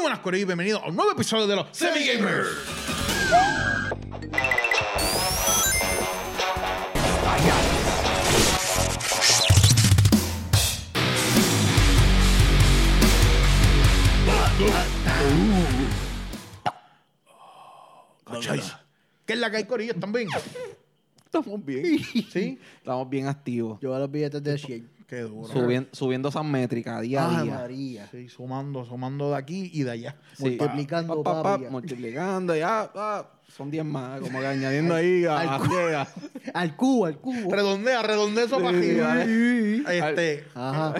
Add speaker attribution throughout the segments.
Speaker 1: buenas, Corey, y bienvenido a un nuevo episodio de los Semi Gamers. ¿Cachai? ¿Qué es la que hay, Corillo? ¿Están bien?
Speaker 2: Estamos bien.
Speaker 1: ¿Sí?
Speaker 2: Estamos bien activos.
Speaker 3: Yo a los billetes de 100.
Speaker 1: Qué duro.
Speaker 2: Subien- subiendo esas métricas día a
Speaker 3: Ay,
Speaker 2: día.
Speaker 3: María.
Speaker 1: Sí, sumando, sumando de aquí y de allá.
Speaker 2: Sí.
Speaker 3: multiplicando,
Speaker 2: Pa, pa, pa,
Speaker 3: papi.
Speaker 2: multiplicando, ya. pa, son 10 más, como que añadiendo ahí a
Speaker 3: Al
Speaker 2: a
Speaker 3: cu-
Speaker 2: ciega.
Speaker 3: Al cubo, al cubo.
Speaker 1: Redondea, redondea eso
Speaker 2: Sí,
Speaker 1: para arriba.
Speaker 2: vale.
Speaker 1: Este,
Speaker 3: Ajá.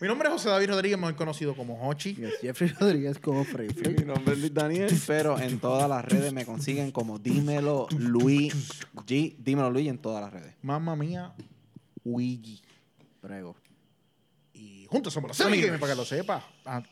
Speaker 1: mi nombre es José David Rodríguez, mejor conocido como Hochi.
Speaker 3: Y es Jeffrey Rodríguez como Frey. Frey.
Speaker 2: Mi nombre es Luis Daniel, pero en todas las redes me consiguen como Dímelo Luis G. Dímelo Luis en todas las redes.
Speaker 1: Mamma mía, Luigi.
Speaker 3: Prego.
Speaker 1: Y juntos somos los Semi Gamers, para que lo sepa. Ah,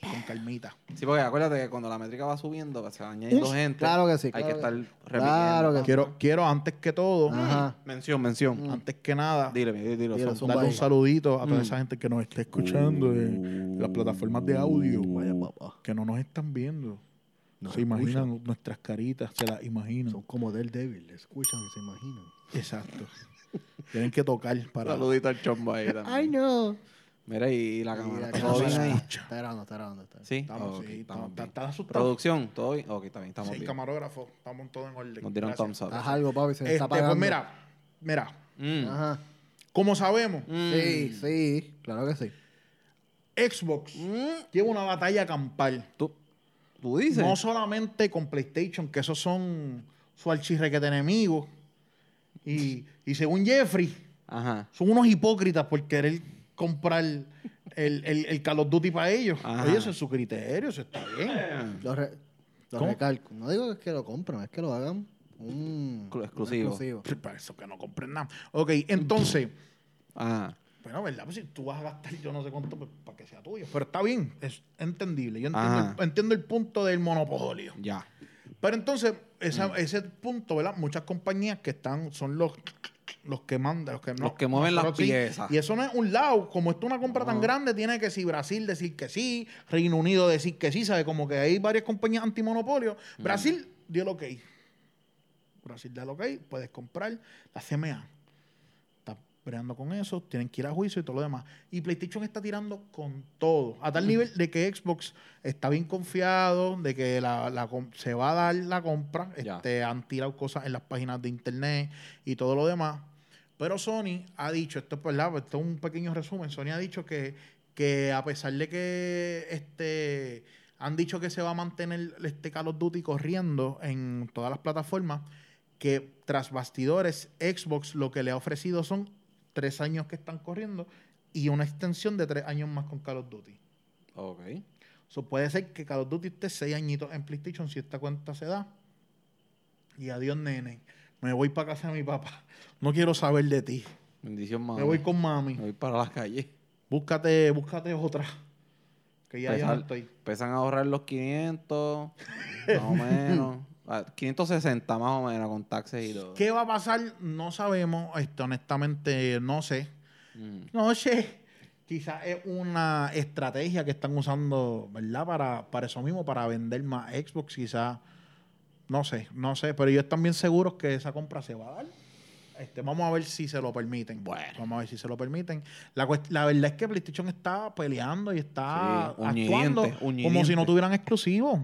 Speaker 1: con calmita.
Speaker 2: Sí, porque acuérdate que cuando la métrica va subiendo, se va añadiendo
Speaker 1: Un-
Speaker 2: gente.
Speaker 3: claro que sí,
Speaker 2: Hay
Speaker 3: claro
Speaker 2: que
Speaker 3: que
Speaker 2: estar
Speaker 3: sí.
Speaker 2: repitiendo.
Speaker 3: Claro que sí.
Speaker 1: Quiero, quiero antes que todo,
Speaker 3: Ajá.
Speaker 2: Mención, mención.
Speaker 1: antes que nada,
Speaker 2: Dile, dile, dile,
Speaker 3: Mm. Dile,
Speaker 2: son-
Speaker 3: son-
Speaker 1: darle un
Speaker 3: Zumba.
Speaker 1: saludito a toda esa gente que nos está escuchando en las plataformas de audio,
Speaker 3: Vaya papá.
Speaker 1: que no nos están viendo.
Speaker 3: Nos
Speaker 1: se
Speaker 3: escuchan.
Speaker 1: imaginan nuestras caritas, se las imaginan.
Speaker 3: Son como del débil. Escuchan y se imaginan.
Speaker 1: Exacto. Tienen que tocar para...
Speaker 2: Saludito al chombo ahí también.
Speaker 3: no.
Speaker 2: Mira, y la
Speaker 3: Y
Speaker 2: cámara.
Speaker 3: la
Speaker 2: ¿Todo bien
Speaker 3: cámara-
Speaker 2: ahí?
Speaker 3: Está grabando, está grabando. está grabando.
Speaker 2: Sí,
Speaker 1: Estamos,
Speaker 2: Ok,
Speaker 1: sí,
Speaker 2: estamos
Speaker 1: estamos-
Speaker 2: bien.
Speaker 1: estás asustado.
Speaker 2: Producción, todo bien. Ok, está bien, estamos
Speaker 1: Sí,
Speaker 2: bien.
Speaker 1: camarógrafo, estamos todos en orden.
Speaker 2: Nos dieron
Speaker 1: Gracias.
Speaker 2: thumbs up.
Speaker 3: Haz algo, papi. Se me
Speaker 1: Este,
Speaker 3: está
Speaker 1: pues
Speaker 3: apagando.
Speaker 1: mira, mira,
Speaker 2: Mm.
Speaker 3: Ajá.
Speaker 1: como sabemos,
Speaker 2: Mm.
Speaker 3: Sí, sí. Claro que sí.
Speaker 1: Xbox
Speaker 2: Mm.
Speaker 1: lleva una batalla campal.
Speaker 2: ¿Tú, tú dices.
Speaker 1: No solamente con PlayStation, que esos son su archirrequete enemigos. Y, y según Jeffrey,
Speaker 2: Ajá.
Speaker 1: son unos hipócritas por querer comprar el, el, el Call of Duty para ellos.
Speaker 2: Ajá.
Speaker 1: Oye, eso es su criterio, eso está bien.
Speaker 3: Lo, re- lo
Speaker 1: ¿Cómo?
Speaker 3: recalco. No digo que lo compren, es que lo hagan un
Speaker 2: Clu- exclusivo.
Speaker 3: un exclusivo.
Speaker 1: Para eso que no compren nada. Ok, entonces,
Speaker 2: Ajá.
Speaker 1: bueno, ¿verdad? Pues si tú vas a gastar yo no sé cuánto pues, para que sea tuyo. Pero está bien, es entendible. Yo entiendo,
Speaker 2: Ajá.
Speaker 1: el, entiendo el punto del monopolio.
Speaker 2: Ya.
Speaker 1: Pero entonces, esa-
Speaker 2: Mm.
Speaker 1: ese punto, ¿verdad? Muchas compañías que están, son los, los que mandan, los que no.
Speaker 2: Los que mueven las
Speaker 1: nosotros sí.
Speaker 2: piezas.
Speaker 1: Y eso no es un lado. Como esto es una compra tan
Speaker 2: No.
Speaker 1: grande, tiene que si Brasil decir que sí, Reino Unido decir que sí, ¿sabes? Como que hay varias compañías antimonopolio.
Speaker 2: Mm.
Speaker 1: Brasil dio el ok. Brasil da el ok, puedes comprar la CMA. Está peleando con eso, tienen que ir a juicio y todo lo demás. Y PlayStation está tirando con todo, a tal nivel de que Xbox está bien confiado, de que la, la com- se va a dar la compra.
Speaker 2: Ya.
Speaker 1: Este, han tirado cosas en las páginas de internet y todo lo demás. Pero Sony ha dicho, esto es, ¿verdad? Pues esto es un pequeño resumen, Sony ha dicho que, que a pesar de que este, han dicho que se va a mantener este Call of Duty corriendo en todas las plataformas, que tras bastidores Xbox lo que le ha ofrecido son tres años que están corriendo y una extensión de tres años más con Call of Duty.
Speaker 2: Ok.
Speaker 1: So, puede ser que Call of Duty esté seis añitos en PlayStation si esta cuenta se da. Y adiós, nene. Me voy para casa de mi papá. No quiero saber de ti.
Speaker 2: Bendición, mami.
Speaker 1: Me voy con mami.
Speaker 2: Me voy para las calles.
Speaker 1: Búscate, búscate otra. Que ya yo no
Speaker 2: Pesar-
Speaker 1: estoy.
Speaker 2: Empiezan a ahorrar los 500, más o menos. Ah, 560 más o menos con taxes y todo.
Speaker 1: ¿Qué va a pasar? No sabemos. Este, honestamente, no sé.
Speaker 2: Mm.
Speaker 1: No sé. Quizás es una estrategia que están usando, ¿verdad? Para, para eso mismo, para vender más Xbox, quizás. No sé, no sé. Pero ellos están bien seguros que esa compra se va a dar. Este, vamos a ver si se lo permiten. Vamos a ver si se lo permiten. La, cuest- la verdad es que PlayStation está peleando y está
Speaker 2: Sí,
Speaker 1: actuando
Speaker 2: uñidente,
Speaker 1: como si
Speaker 2: uñidente.
Speaker 1: no tuvieran exclusivos.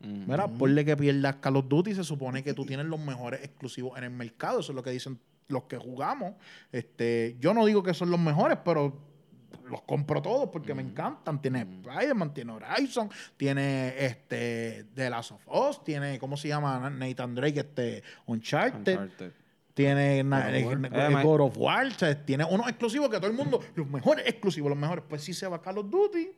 Speaker 2: Mm.
Speaker 1: Mira, ponle que pierdas Call of Duty, se supone que tú tienes los mejores exclusivos en el mercado. Eso es lo que dicen los que jugamos. Este, yo no digo que son los mejores, pero los compro todos porque me encantan. Tiene Spider-Man, tiene Horizon, tiene este The Last of Us, tiene, ¿cómo se llama? Nathan Drake, este Uncharted,
Speaker 2: Uncharted.
Speaker 1: tiene na-
Speaker 2: God of
Speaker 1: eh,
Speaker 2: War. Eh,
Speaker 1: eh,
Speaker 2: Mike.
Speaker 1: God of War, o sea, tiene unos exclusivos que todo el mundo, los mejores exclusivos, los mejores. Pues si se va Call of Duty,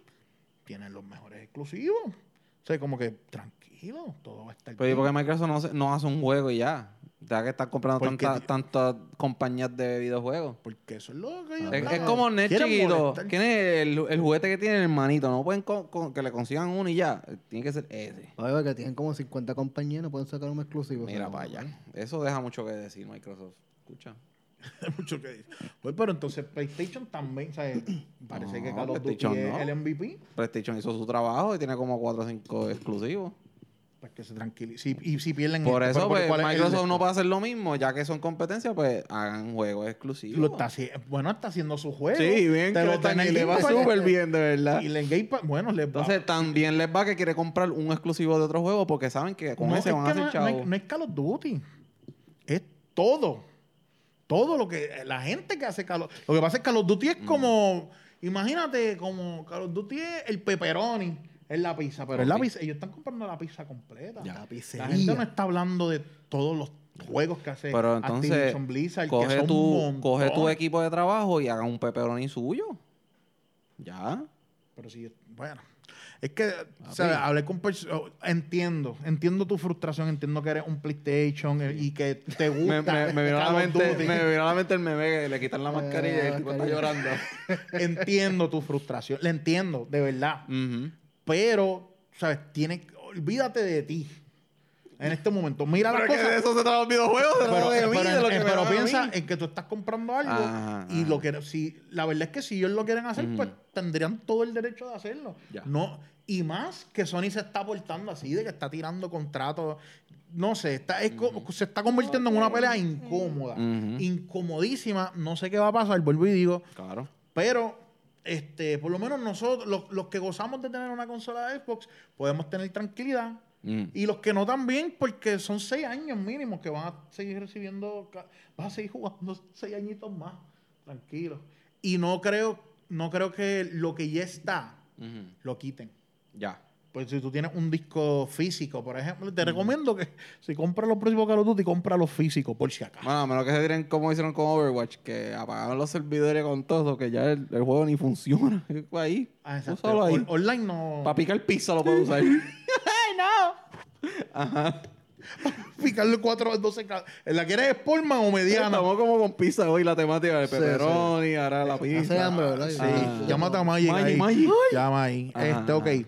Speaker 1: tienen los mejores exclusivos. O sea, como que tranquilo, todo va a estar
Speaker 2: Pero ¿y por qué Pues Microsoft no, se- no hace un juego y ya? Ya que están comprando
Speaker 1: Porque-
Speaker 2: tantas tantas compañías de videojuegos.
Speaker 1: Porque eso es lo que yo
Speaker 2: Es,
Speaker 1: estaba-
Speaker 2: es como NES
Speaker 1: Quieren
Speaker 2: chiquito.
Speaker 1: molestar.
Speaker 2: ¿Quién es el, el juguete que tiene el hermanito? No pueden co- co- que le consigan uno y ya. Tiene que ser ese.
Speaker 3: Oye, que tienen como
Speaker 1: pues,
Speaker 3: 50 compañías, no pueden sacar un exclusivo.
Speaker 2: Mira
Speaker 3: ¿sabes?
Speaker 2: para allá. Eso deja mucho que decir Microsoft. Escucha.
Speaker 1: Hay mucho que decir. Pues, pero entonces PlayStation también, ¿sabes? Parece que
Speaker 2: No,
Speaker 1: Call of Duty
Speaker 2: PlayStation
Speaker 1: es
Speaker 2: no.
Speaker 1: el MVP.
Speaker 2: PlayStation hizo su trabajo y tiene como 4 o 5 exclusivos.
Speaker 1: Pues que se tranquilice. Si- y si pierden
Speaker 2: Por
Speaker 1: esto,
Speaker 2: eso,
Speaker 1: Mm. pero- pero
Speaker 2: pues,
Speaker 1: ¿cuál es el
Speaker 2: Microsoft
Speaker 1: de-
Speaker 2: no puede hacer lo mismo, ya que son competencias, pues hagan juegos exclusivos.
Speaker 1: Lo está haci- bueno, está haciendo su juego.
Speaker 2: Sí, bien,
Speaker 1: Te
Speaker 2: que
Speaker 1: lo
Speaker 2: lo
Speaker 1: dan
Speaker 2: tan-
Speaker 1: el
Speaker 2: le
Speaker 1: Game
Speaker 2: va
Speaker 1: Pass.
Speaker 2: súper bien, de verdad.
Speaker 1: Y el Game Pass, bueno, les va.
Speaker 2: Entonces, también les va que quiere comprar un exclusivo de otro juego porque saben que con
Speaker 1: no,
Speaker 2: ese
Speaker 1: es
Speaker 2: van a
Speaker 1: que
Speaker 2: hacer
Speaker 1: no, es- no
Speaker 2: chavos.
Speaker 1: es- no es Call of Duty. Es todo. Todo lo que. La gente que hace Call of Lo que pasa es que Call of Duty es
Speaker 2: Mm.
Speaker 1: como. Imagínate, como Call of Duty es el pepperoni. Es la pizza, pero es la
Speaker 2: Ok.
Speaker 1: pizza. Ellos están comprando la pizza completa.
Speaker 3: Ya. La
Speaker 2: pues,
Speaker 3: pizzería.
Speaker 1: La gente no está hablando de todos los juegos que hace
Speaker 2: Pero entonces,
Speaker 1: Activision Blizzard, que
Speaker 2: coge
Speaker 1: son
Speaker 2: tu, coge tu
Speaker 1: montones.
Speaker 2: equipo de trabajo y haga un pepperoni suyo. Ya.
Speaker 1: Pero sí, bueno. Es que, o sea, hablé con pers- oh, entiendo, entiendo tu frustración, entiendo que eres un PlayStation eh, y que te
Speaker 2: Me,
Speaker 1: gusta.
Speaker 2: me, me vino a la
Speaker 1: Call of
Speaker 2: mente,
Speaker 1: Duty.
Speaker 2: me vino a la mente el meme que le quitan la mascarilla y el tipo está llorando.
Speaker 1: Entiendo tu frustración, la entiendo, de verdad.
Speaker 2: Ujú.
Speaker 1: Pero, sabes, tiene, olvídate de ti en este momento. Mira las
Speaker 2: Pero es que
Speaker 1: cosas.
Speaker 2: de eso se trata los videojuegos, se
Speaker 1: Pero,
Speaker 2: trata de mí,
Speaker 1: pero-
Speaker 2: de lo que
Speaker 1: eh,
Speaker 2: me
Speaker 1: pero
Speaker 2: dan a
Speaker 1: piensa
Speaker 2: mí.
Speaker 1: en que tú estás comprando algo
Speaker 2: Ajá,
Speaker 1: y
Speaker 2: ajá.
Speaker 1: lo que si la verdad es que si ellos lo quieren hacer,
Speaker 2: Ujú.
Speaker 1: pues tendrían todo el derecho de hacerlo.
Speaker 2: Ya.
Speaker 1: No, y más que Sony se está portando así, de que está tirando contratos. No sé, está, es co- se está convirtiendo en una pelea incómoda,
Speaker 2: Ujú.
Speaker 1: incomodísima. No sé qué va a pasar, vuelvo y digo,
Speaker 2: Claro.
Speaker 1: pero este, por lo menos nosotros, los, los que gozamos de tener una consola de Xbox, podemos tener tranquilidad.
Speaker 2: Mm.
Speaker 1: Y los que no también, porque son seis años mínimos que van a seguir recibiendo, ca- vas a seguir jugando seis añitos más, tranquilo. Y no creo, no creo que lo que ya está
Speaker 2: Ujú.
Speaker 1: lo quiten.
Speaker 2: Ya.
Speaker 1: Pues si tú tienes un disco físico, por ejemplo,
Speaker 2: Mm.
Speaker 1: te recomiendo que si compras los próximos Call of Duty, compra los físicos, por si acaso.
Speaker 2: Bueno, a menos que se tiren como hicieron con Overwatch, que apagaron los servidores con todo, que ya el, el juego ni funciona. Ahí,
Speaker 1: Ah, exacto.
Speaker 2: úsalo ahí.
Speaker 1: O- online no.
Speaker 2: Para picar pizza lo puedes usar.
Speaker 1: picarle cuatro, 12 ca- ¿La quieres Spolman o mediana?
Speaker 2: Estamos como con pizza hoy la temática de
Speaker 3: Sí,
Speaker 2: pepperoni, ahora la pizza.
Speaker 3: Hace hambre, ¿verdad?
Speaker 1: Sí,
Speaker 2: Ah.
Speaker 1: llámate a Magic.
Speaker 2: Magic,
Speaker 1: ahí.
Speaker 2: Magic.
Speaker 1: Llama ahí.
Speaker 2: Ajá,
Speaker 1: Este, ok.
Speaker 2: ajá.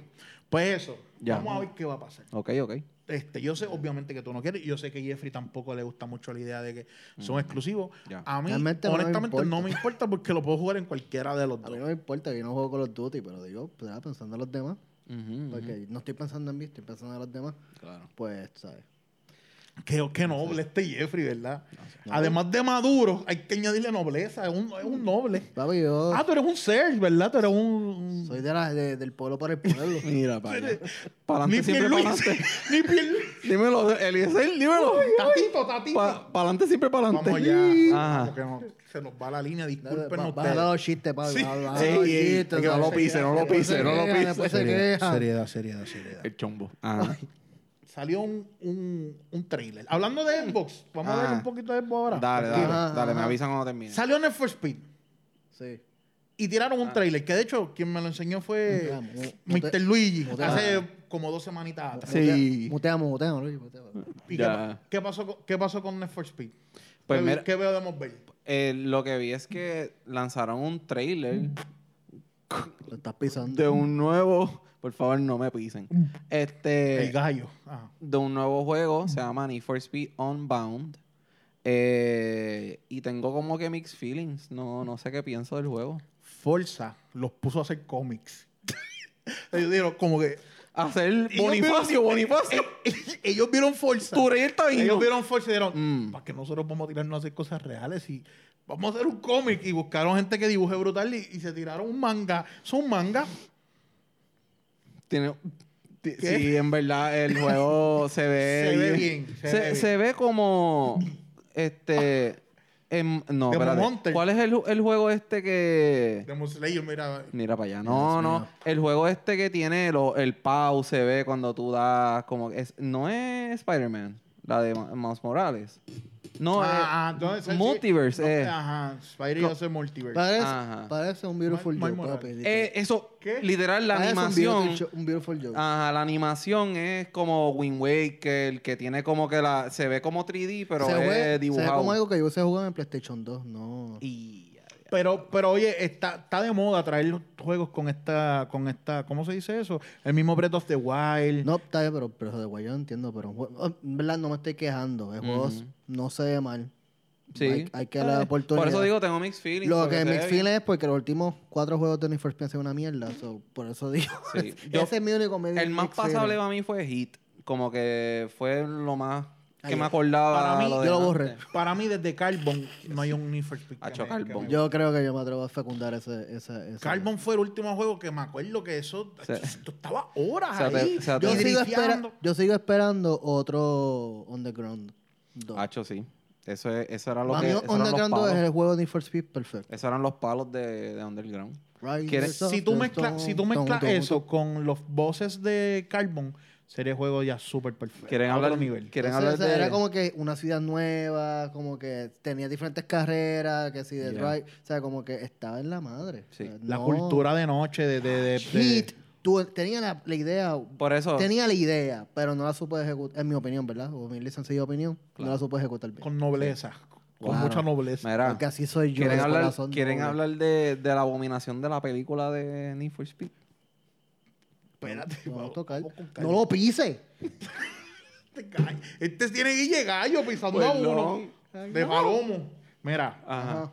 Speaker 1: Pues eso.
Speaker 2: Ya.
Speaker 1: Vamos a ver qué va a pasar.
Speaker 2: Ok, ok.
Speaker 1: Este, yo sé, obviamente, que tú no quieres. Yo sé que Jeffrey tampoco le gusta mucho la idea de que son exclusivos.
Speaker 2: Ya.
Speaker 1: A mí,
Speaker 3: Realmente no me
Speaker 1: honestamente, no me,
Speaker 3: importa.
Speaker 1: importa porque lo puedo jugar en cualquiera de los
Speaker 3: A mí
Speaker 1: dos.
Speaker 3: no me importa, yo no juego Call of Duty, pero digo, pues, ah, pensando en los demás,
Speaker 2: Ujú, ujú.
Speaker 3: porque no estoy pensando en mí, estoy pensando en los demás,
Speaker 2: Claro.
Speaker 3: pues, ¿sabes?
Speaker 1: Qué, qué noble este Jeffrey, ¿verdad? Además de maduro, hay que añadirle nobleza. Es un, es un noble.
Speaker 3: Papi, yo
Speaker 1: Ah, tú eres un ser, ¿verdad? Tú eres un.
Speaker 3: soy de la, de- del pueblo para el pueblo.
Speaker 2: Mira, para allá. Para
Speaker 1: Ni
Speaker 2: adelante siempre para
Speaker 1: Pierluisi.
Speaker 2: adelante.
Speaker 1: Ni piel.
Speaker 2: Dímelo, Eliezer, dímelo.
Speaker 1: Tatito, tatito.
Speaker 2: Para adelante siempre para adelante.
Speaker 1: Vamos ya.
Speaker 2: Ajá.
Speaker 1: Porque no- se nos va la línea,
Speaker 3: Dale,
Speaker 1: disculpen
Speaker 3: ba-
Speaker 1: ustedes.
Speaker 3: Bájale a los chistes, papi.
Speaker 1: Sí,
Speaker 3: bájale a
Speaker 2: sí,
Speaker 3: los
Speaker 2: sí,
Speaker 3: chistes,
Speaker 2: que no
Speaker 3: ¿sabes?
Speaker 2: lo pise, no lo
Speaker 3: Después
Speaker 2: pise,
Speaker 3: se
Speaker 2: no lo
Speaker 3: quejan,
Speaker 2: pise.
Speaker 1: Pues
Speaker 3: Después se
Speaker 1: seriedad,
Speaker 3: quejan.
Speaker 1: seriedad, seriedad, seriedad.
Speaker 2: El chombo. Ajá.
Speaker 1: Salió un, un, un trailer. Hablando de Xbox, vamos a ver
Speaker 2: Ajá.
Speaker 1: un poquito de Xbox ahora.
Speaker 2: Ah. Dale, dale,
Speaker 3: Ajá, ajá.
Speaker 2: dale, Ah. me avisan cuando termine.
Speaker 1: Salió Need for Speed
Speaker 3: Sí.
Speaker 1: y tiraron un trailer que de hecho quien me lo enseñó fue
Speaker 3: Ah, mu-
Speaker 1: Mr. Luigi
Speaker 3: mute-
Speaker 1: hace como dos semanitas atrás.
Speaker 2: Sí.
Speaker 3: Muteamos, muteamos, Luis, muteamos.
Speaker 1: ¿Y qué,
Speaker 2: Ya.
Speaker 1: pa- qué pasó con, qué pasó con Need for Speed?
Speaker 2: Pues
Speaker 1: ¿Qué,
Speaker 2: mira-
Speaker 1: qué podemos ver?
Speaker 2: Eh, lo que vi es que lanzaron un trailer
Speaker 3: Lo estás pisando.
Speaker 2: de un nuevo. Por favor, no me pisen.
Speaker 1: El
Speaker 2: Este.
Speaker 1: gallo. Ajá.
Speaker 2: De un nuevo juego, se llama Need for Speed Unbound. Eh, y tengo como que mixed feelings. No, no sé qué pienso del juego.
Speaker 1: Forza los puso a hacer cómics. Ellos dijeron como que
Speaker 2: Hacer
Speaker 1: Ellos
Speaker 2: Bonifacio,
Speaker 1: vieron-
Speaker 2: Bonifacio.
Speaker 1: ellos vieron Forza.
Speaker 2: Tu rey está bien.
Speaker 1: Ellos vieron Forza y dijeron,
Speaker 2: Mm.
Speaker 1: para que nosotros vamos a tirarnos a hacer cosas reales y vamos a hacer un cómic. Y buscaron gente que dibuje brutal y, y se tiraron un manga. Son manga.
Speaker 2: Tiene- ti-
Speaker 1: ¿Qué?
Speaker 2: Sí, en verdad, el juego se ve.
Speaker 1: Se ve bien, se
Speaker 2: Se,
Speaker 1: ve bien.
Speaker 2: se ve como. Este. em, no,
Speaker 1: Demon
Speaker 2: espérate.
Speaker 1: Hunter.
Speaker 2: ¿Cuál es el, ju- el juego este que.?
Speaker 1: Demon Slayer, mira.
Speaker 2: Mira para allá.
Speaker 3: Dios
Speaker 2: No, no.
Speaker 3: mío.
Speaker 2: El juego este que tiene lo- el pau se ve cuando tú das como es no es Spider-Man, la de Ma- Miles Morales. No,
Speaker 1: Ah, ah,
Speaker 2: es
Speaker 1: entonces, sí.
Speaker 2: Multiverse.
Speaker 1: No, ah.
Speaker 2: eh.
Speaker 1: Ajá, Spider hace multiverse.
Speaker 3: Parece,
Speaker 2: Ajá.
Speaker 3: parece un Beautiful
Speaker 1: Mal-
Speaker 3: Joe,
Speaker 1: mal
Speaker 3: papi.
Speaker 1: moral.
Speaker 3: así que-
Speaker 2: Eh, eso
Speaker 1: ¿Qué? Ah,
Speaker 2: literal la
Speaker 3: parece un
Speaker 2: animación.
Speaker 3: Beautiful Joe- Un Beautiful Joe.
Speaker 2: Ajá, la animación es como Wind Waker, que tiene como que la se ve como 3D, pero
Speaker 3: se,
Speaker 2: es
Speaker 3: ve, se ve
Speaker 2: dibujado.
Speaker 3: como algo que yo hubiese jugado en PlayStation 2, no.
Speaker 2: Y
Speaker 1: Pero, pero oye, está, está de moda traer los juegos con esta, con esta, ¿cómo se dice eso? El mismo Breath of the Wild.
Speaker 3: No, está bien, pero, oh, pero de guay yo no entiendo, pero un juego- en verdad no me estoy quejando. El juego
Speaker 2: Ujú.
Speaker 3: no se ve mal.
Speaker 2: Sí.
Speaker 3: Hay, hay que darle la
Speaker 2: Eh,
Speaker 3: oportunidad.
Speaker 2: Por eso digo, tengo mixed feelings.
Speaker 3: Lo
Speaker 2: porque
Speaker 3: que
Speaker 2: se
Speaker 3: me
Speaker 2: ve
Speaker 3: feeling es porque los últimos cuatro juegos de Need for Speed han sido una mierda. so, por eso digo.
Speaker 2: bien. Sí. Yo-
Speaker 3: ese es mi único medio.
Speaker 2: el más
Speaker 3: mixed feeling.
Speaker 2: pasable para mí fue Hit. Como que fue lo más que
Speaker 3: Ay,
Speaker 2: me
Speaker 1: para
Speaker 2: acordaba.
Speaker 1: mí,
Speaker 3: yo lo
Speaker 2: demás.
Speaker 3: borré.
Speaker 1: Para mí, desde Carbon, no hay un Need for Speed. que
Speaker 2: Hacho,
Speaker 1: me- que
Speaker 2: Carbon.
Speaker 1: me-
Speaker 3: Yo creo que yo me atrevo a fecundar ese. ese, ese-
Speaker 1: Carbon fue el último juego que me acuerdo que eso.
Speaker 2: Se-
Speaker 1: Tú estabas horas
Speaker 2: se ate-
Speaker 1: ahí.
Speaker 2: se ate-
Speaker 3: Yo
Speaker 1: y
Speaker 3: sigo, espera,
Speaker 1: drifteando.
Speaker 3: yo sigo esperando otro Underground 2.
Speaker 2: Hacho, sí. Eso, es- eso era Ah, lo
Speaker 3: Para
Speaker 2: que.
Speaker 3: mí,
Speaker 2: Eso eran, los
Speaker 3: Underground 2 es
Speaker 2: palos,
Speaker 3: el juego de Need for Speed perfecto.
Speaker 2: Esos eran los palos de, de Underground.
Speaker 3: Riders
Speaker 2: ¿Quieres-
Speaker 3: of
Speaker 1: Si tú
Speaker 3: the
Speaker 1: mezclas si tú
Speaker 3: Stone,
Speaker 1: mezclas
Speaker 3: tum, tum,
Speaker 1: eso
Speaker 3: tum.
Speaker 1: con los voces de Carbon, sería juego ya súper perfecto.
Speaker 2: ¿Quieren
Speaker 1: Pues, A
Speaker 2: hablar,
Speaker 1: otro nivel?
Speaker 2: ¿quieren
Speaker 3: Entonces,
Speaker 2: hablar
Speaker 3: o sea,
Speaker 2: de.?
Speaker 3: Era como que una ciudad nueva, como que tenía diferentes carreras, que si de
Speaker 2: Yeah.
Speaker 3: drive, o sea, como que estaba en la madre.
Speaker 2: Sí.
Speaker 3: O sea,
Speaker 1: La
Speaker 3: no-
Speaker 1: cultura de noche, de. de, de- de-
Speaker 3: Hit, tú tenía la, la idea,
Speaker 2: Por eso.
Speaker 3: tenía la idea, pero no la supo ejecutar, en mi opinión, ¿verdad? O mi sencilla opinión,
Speaker 2: Claro.
Speaker 3: no la supo ejecutar bien.
Speaker 1: con nobleza. Con
Speaker 2: Claro.
Speaker 1: mucha nobleza.
Speaker 2: Mira,
Speaker 3: Porque así soy yo.
Speaker 2: ¿quieren
Speaker 3: de
Speaker 2: hablar,
Speaker 3: corazón
Speaker 2: ¿quieren
Speaker 3: noble.
Speaker 2: hablar de, de la abominación de la película de Need for Speed?
Speaker 1: Espérate,
Speaker 3: No,
Speaker 1: vamos-
Speaker 3: tocar.
Speaker 1: vamos con
Speaker 3: no
Speaker 1: calma.
Speaker 3: lo pise.
Speaker 1: Este, gallo- este tiene guille gallo pisando
Speaker 2: Pues
Speaker 1: a uno.
Speaker 2: Perdón.
Speaker 1: De palomo. Mira,
Speaker 2: Ajá.
Speaker 3: Ajá.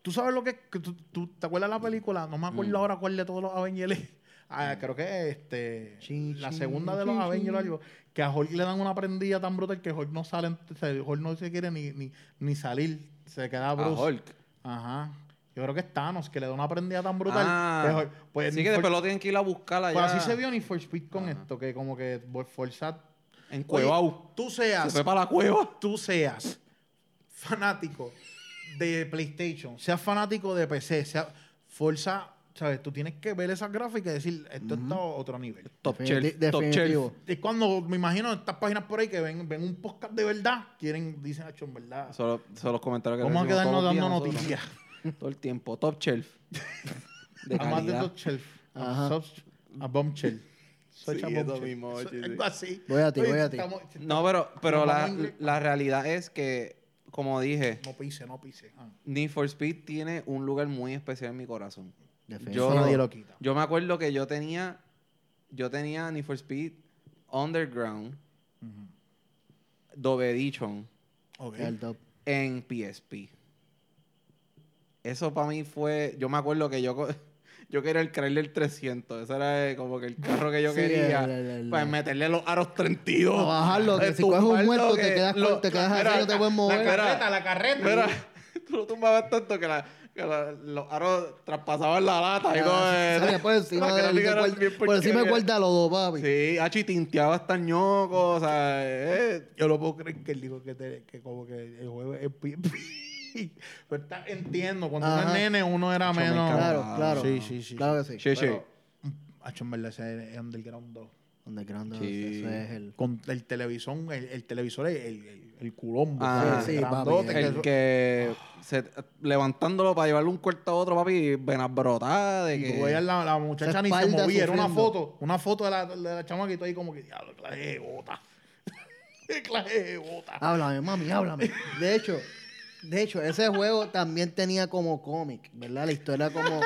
Speaker 1: tú sabes lo que. que tú, tú- ¿Te acuerdas la película? No me
Speaker 2: Mm.
Speaker 1: acuerdo ahora cuál de todos los Avengers. Ah, creo que este.
Speaker 3: Chi,
Speaker 1: la
Speaker 3: chi,
Speaker 1: segunda de los
Speaker 3: chi, chi.
Speaker 1: Avengers o algo. Que a Hulk le dan una prendida tan brutal que Hulk no sale. o sea, Hulk no se quiere ni, ni, ni salir. Se queda
Speaker 2: A
Speaker 1: Bruce.
Speaker 2: Hulk.
Speaker 1: Ajá. Yo creo que es Thanos, que le da una prendida tan brutal.
Speaker 2: Ah.
Speaker 1: que Hulk- pues,
Speaker 2: Así que
Speaker 1: Hulk-
Speaker 2: después lo tienen que ir a buscar allá.
Speaker 1: Pues así se vio ni for Speed con
Speaker 2: Ajá.
Speaker 1: esto, que como que forzar.
Speaker 2: En Cuevau.
Speaker 1: Tú
Speaker 2: Se
Speaker 1: seas,
Speaker 2: fue para la cueva.
Speaker 1: tú seas fanático de PlayStation, seas fanático de PC, sea Forza, ¿sabes? Tú tienes que ver esas gráficas y decir, esto está a otro nivel.
Speaker 2: Top
Speaker 3: Definiti-
Speaker 2: shelf. Top
Speaker 3: definitivo.
Speaker 2: shelf.
Speaker 1: Es cuando me imagino estas páginas por ahí que ven, ven un podcast de verdad, quieren, dicen, hecho en verdad.
Speaker 2: Son los, son los comentarios que
Speaker 1: Vamos a
Speaker 2: recibimos
Speaker 1: quedarnos
Speaker 2: todos los días
Speaker 1: dando
Speaker 2: nosotros.
Speaker 1: noticias.
Speaker 2: Todo el tiempo. Top shelf. De
Speaker 1: Además de
Speaker 2: calidad.
Speaker 1: dos shelf,
Speaker 3: Ajá.
Speaker 1: a, subs- a bomb shelf. Such
Speaker 2: Sí,
Speaker 1: a
Speaker 2: eso
Speaker 1: shelf.
Speaker 2: mismo,
Speaker 1: Eso-
Speaker 2: sí, sí.
Speaker 1: Algo así.
Speaker 3: Voy a ti,
Speaker 1: Oye,
Speaker 3: voy a ti.
Speaker 1: estamos-
Speaker 2: No, pero, pero
Speaker 1: Nos
Speaker 2: la,
Speaker 1: vamos a inglés.
Speaker 2: la realidad es que, como dije,
Speaker 1: No pise, no pise. Ah.
Speaker 2: Need for Speed tiene un lugar muy especial en mi corazón.
Speaker 1: Eso
Speaker 2: Yo-
Speaker 1: nadie lo quita.
Speaker 2: Yo me acuerdo que yo tenía, yo tenía Need for Speed Underground Dove Edition
Speaker 1: Ok.
Speaker 3: El top.
Speaker 2: en PSP. Eso para mí fue, yo me acuerdo que yo, co- yo quería el Chrysler 300, ese era eh, como que el carro que yo
Speaker 3: Sí,
Speaker 2: quería.
Speaker 3: el- el- el-
Speaker 2: Para meterle los aros 32.
Speaker 3: A bajarlo, que
Speaker 2: eh,
Speaker 3: si coges un
Speaker 2: tumbarlo,
Speaker 3: muerto
Speaker 2: que
Speaker 3: te quedas, con-
Speaker 2: lo-
Speaker 3: te quedas
Speaker 2: mira,
Speaker 3: así, no te puedes mover.
Speaker 2: la-
Speaker 1: pues, la carreta.
Speaker 2: Mira, tú lo tumbabas tanto que, la, que la- los aros traspasaban la lata y todo
Speaker 3: Ah,
Speaker 1: eh,
Speaker 2: eso.
Speaker 3: salía por encima
Speaker 2: La
Speaker 3: del-
Speaker 2: gráfica
Speaker 3: del
Speaker 2: era
Speaker 3: cual-
Speaker 2: bien
Speaker 3: por encima del
Speaker 2: porquería.
Speaker 3: guardalodo, papi.
Speaker 2: Sí, hacho, y tinteaba hasta el ñoco, o sea, eh,
Speaker 1: Yo no puedo creer que él dijo que, te- que como que el juego es PSP. Pero está- entiendo, cuando uno
Speaker 3: Ajá.
Speaker 1: es nene, uno era
Speaker 2: Hacho, me
Speaker 1: menos.
Speaker 3: Claro,
Speaker 2: Ah,
Speaker 3: claro.
Speaker 1: Sí, sí, sí.
Speaker 3: Claro que sí.
Speaker 2: Che, che.
Speaker 1: Pero, mm, hacho, en verdad, ese es Underground 2.
Speaker 3: Underground,
Speaker 2: Sí.
Speaker 3: eso es el...
Speaker 1: Con el televisor, el, el televisor, el, el, el culombo.
Speaker 2: Ah,
Speaker 1: ¿sabes?
Speaker 2: sí,
Speaker 1: Grandote,
Speaker 3: papi,
Speaker 1: que
Speaker 2: El
Speaker 1: eso-
Speaker 2: que se- levantándolo para llevarle un cuarto a otro, papi, venas brotadas de
Speaker 1: Y
Speaker 2: que...
Speaker 1: tú veías la, la muchacha
Speaker 3: Esa
Speaker 1: ni se
Speaker 3: espalda
Speaker 1: movía. Era una
Speaker 3: sufriendo.
Speaker 1: foto, una foto de la, de la chamaquita ahí como que, diablo, clase de bota. Qué clase de bota.
Speaker 3: Háblame, mami, háblame. De hecho, de hecho, ese juego también tenía como cómic, ¿verdad? La historia era como,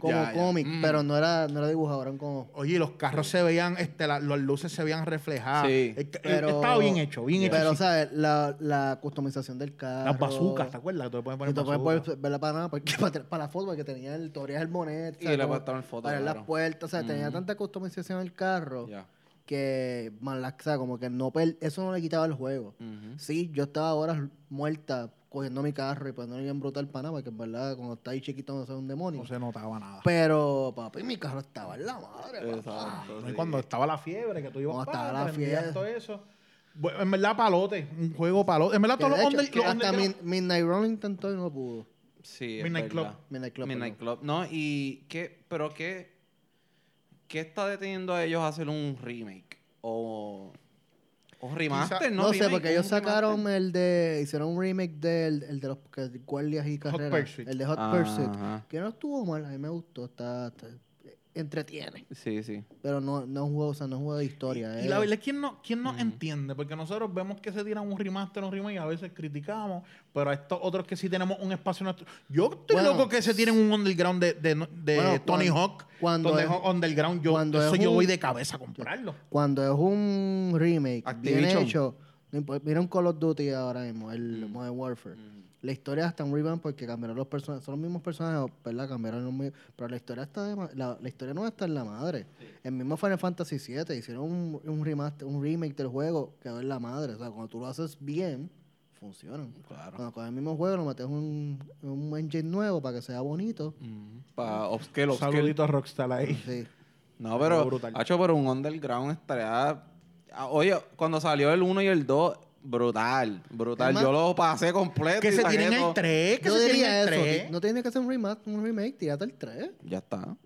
Speaker 3: como
Speaker 2: Ya, ya.
Speaker 3: cómic,
Speaker 2: Mm.
Speaker 3: pero no era, no era dibujado, eran como...
Speaker 1: Oye, y los carros se veían, este, la- las luces se veían reflejadas.
Speaker 2: Sí.
Speaker 1: El ca- el-
Speaker 3: Pero,
Speaker 1: estaba bien hecho, bien hecho.
Speaker 3: Pero,
Speaker 1: sí.
Speaker 3: ¿sabes? La, la customización del carro.
Speaker 1: las bazucas, ¿te acuerdas? Que te pueden
Speaker 3: Y
Speaker 1: poner
Speaker 3: te puedes
Speaker 1: bazooka.
Speaker 3: poner- verla para nada, porque- para, para la foto, porque tenía el teoría del bonet.
Speaker 2: Y
Speaker 3: ¿sabes?
Speaker 2: le
Speaker 3: Como
Speaker 2: apartaron fotos,
Speaker 3: Para
Speaker 2: claro.
Speaker 3: las puertas, o sea, tenía
Speaker 1: Mm.
Speaker 2: Ujú.
Speaker 3: tanta customización el carro
Speaker 2: Ya.
Speaker 3: que, man, la- o sea, como que no per- eso no le quitaba el juego.
Speaker 1: Mm.
Speaker 2: Ujú.
Speaker 3: Sí, yo estaba horas muerta cogiendo mi carro y poniéndole bien brutal para nada, porque en verdad, cuando está ahí chiquito, no soy un demonio.
Speaker 1: No se notaba nada.
Speaker 3: Pues, Pero, papi, mi carro estaba en la madre.
Speaker 1: Eh.
Speaker 3: papá.
Speaker 2: Exacto,
Speaker 1: No, y
Speaker 2: sí.
Speaker 1: cuando estaba la fiebre, que tú ibas
Speaker 3: Cuando
Speaker 1: para
Speaker 3: estaba la fiebre.
Speaker 1: todo eso. Bueno, en verdad, palote, un juego palote. En verdad,
Speaker 3: Que
Speaker 1: Ah, todos
Speaker 3: de
Speaker 1: los
Speaker 3: hecho,
Speaker 1: under-
Speaker 3: que
Speaker 1: los
Speaker 3: hasta
Speaker 1: underground-
Speaker 3: Min- Midnight Rolling intentó y no pudo.
Speaker 2: Sí, es
Speaker 1: Midnight
Speaker 2: verdad.
Speaker 1: Club.
Speaker 3: Midnight Club.
Speaker 2: Midnight
Speaker 3: perdón.
Speaker 2: Club. No, y qué, pero qué, qué está deteniendo a ellos a hacer un remake o, o remaster,
Speaker 1: Quizá-
Speaker 2: ¿no?
Speaker 3: No sé,
Speaker 2: Remake,
Speaker 3: porque
Speaker 2: un
Speaker 3: ellos sacaron
Speaker 2: remaster.
Speaker 3: el de. Hicieron un remake del el de los que- guardias y carreras.
Speaker 1: Pursuit.
Speaker 3: El de Hot
Speaker 2: Ajá.
Speaker 3: Pursuit. Que no estuvo mal, a mí me gustó. Está, está- entretiene.
Speaker 2: Sí, sí.
Speaker 3: Pero no, no es un juego, o sea, no es un juego de historia.
Speaker 1: Y
Speaker 3: eh. Mm.
Speaker 1: la verdad es quién no, quién no
Speaker 2: Ujú.
Speaker 1: entiende, porque nosotros vemos que se tiran un remaster, un remake, y a veces criticamos, pero a estos otros que sí tenemos un espacio nuestro. Yo estoy
Speaker 3: Bueno,
Speaker 1: loco que se tienen un underground de, de, de
Speaker 3: Bueno,
Speaker 1: Tony
Speaker 3: cuan-
Speaker 1: Hawk.
Speaker 3: cuando
Speaker 1: Tony
Speaker 3: es-
Speaker 1: Hawk Underground, yo,
Speaker 3: cuando
Speaker 1: eso
Speaker 3: es
Speaker 1: yo
Speaker 3: un-
Speaker 1: voy de cabeza a comprarlo.
Speaker 3: Cuando es un remake bien
Speaker 2: Activision.
Speaker 3: hecho, No importa, Mira un Call of Duty ahora mismo, el Modern Warfare. La historia está en revamp porque cambiaron los personajes. Son los mismos personajes, ¿verdad? Cambiaron los mismos. Pero la historia está de ma- la, la historia no está en la madre. El mismo Final Fantasy VII hicieron un, un remaster, un remake del juego que es la madre. O sea, cuando tú lo haces bien, funcionan.
Speaker 2: Claro.
Speaker 3: Cuando con el mismo juego lo metes en un, en un engine nuevo para que sea bonito.
Speaker 2: Para upscale,
Speaker 1: Un
Speaker 2: upscale.
Speaker 1: saludito a Rockstar ahí.
Speaker 3: Sí.
Speaker 2: No,
Speaker 1: Algo
Speaker 2: pero,
Speaker 1: brutal.
Speaker 2: hacho, pero un underground estaría... ah, Oye, cuando salió el 1 y el 2, brutal, brutal.
Speaker 3: Además-
Speaker 2: Yo lo pasé completo.
Speaker 1: Que
Speaker 2: y
Speaker 1: se
Speaker 2: saqué
Speaker 1: tienen el
Speaker 2: todo.
Speaker 1: 3, que
Speaker 3: Yo
Speaker 1: se
Speaker 3: diría
Speaker 1: tienen el
Speaker 3: eso.
Speaker 1: 3.
Speaker 3: No tiene que ser un remake, un remake, tírate el 3.
Speaker 2: Ya está.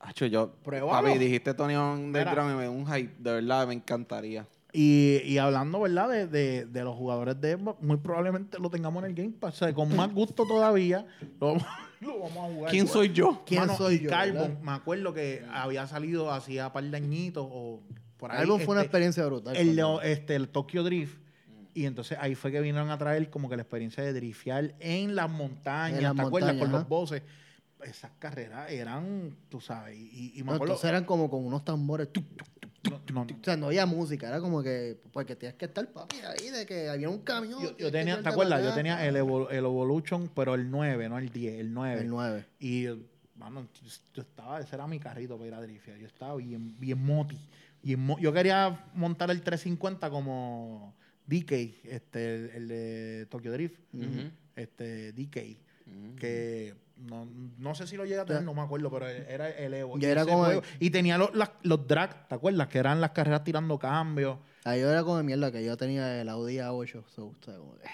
Speaker 2: Hacho, yo...
Speaker 1: Pruébalo.
Speaker 2: Papi, dijiste Tony
Speaker 1: Mira.
Speaker 2: Underground y me dio un hype. De verdad, me encantaría.
Speaker 1: Y, y hablando, ¿verdad? De, de- de los jugadores de Xbox, muy probablemente lo tengamos en el Game Pass. O sea, con más gusto todavía lo vamos, lo vamos a jugar.
Speaker 2: ¿Quién soy yo?
Speaker 3: ¿Quién
Speaker 1: Mano,
Speaker 3: soy
Speaker 1: y
Speaker 3: yo?
Speaker 1: Carbon,
Speaker 3: verdad?
Speaker 1: me acuerdo que había salido hacía par de añitos o por ahí.
Speaker 3: Carbon fue una
Speaker 1: este,
Speaker 3: experiencia brutal.
Speaker 1: el,
Speaker 3: cuando-
Speaker 1: Leo- este, el Tokyo Drift. Y entonces ahí fue que vinieron a traer como que la experiencia de driftear en las montañas,
Speaker 3: En las
Speaker 1: ¿te acuerdas?
Speaker 3: montañas,
Speaker 1: Con los
Speaker 3: ajá.
Speaker 1: voces. Esas carreras eran, tú sabes, y, y- y me
Speaker 3: No,
Speaker 1: acuerdo...
Speaker 3: entonces eran como con unos tambores. tuc, tuc,
Speaker 1: no, no, no.
Speaker 3: tuc. O sea, no había música, era como que. Porque tenías que estar papi ahí, de que había un camión.
Speaker 1: Yo, yo
Speaker 3: tienes que
Speaker 1: tenía, ¿te
Speaker 3: echarte
Speaker 1: acuerdas?
Speaker 3: para
Speaker 1: Yo
Speaker 3: acá.
Speaker 1: tenía el, Evo- el Evolution, pero el 9, no el 10, el 9.
Speaker 3: El 9.
Speaker 1: Y, mano, yo- yo estaba, ese era mi carrito para ir a driftear. Yo estaba bien, bien moti. Bien mo- yo quería montar el 350 como DK, este, el, el de Tokyo Drift,
Speaker 2: Ujú.
Speaker 1: este, DK.
Speaker 2: Ujú.
Speaker 1: que no, no sé si lo llega a tener,
Speaker 3: Ya.
Speaker 1: no me acuerdo, pero era el Evo.
Speaker 3: Ya
Speaker 1: Y
Speaker 3: era
Speaker 1: ese
Speaker 3: como
Speaker 1: juego-
Speaker 3: el-
Speaker 1: Y tenía los, las- los drag, ¿te acuerdas? Que eran las carreras tirando cambios.
Speaker 3: Ahí yo era como de mierda que yo tenía el Audi A8. so, o sea, como que,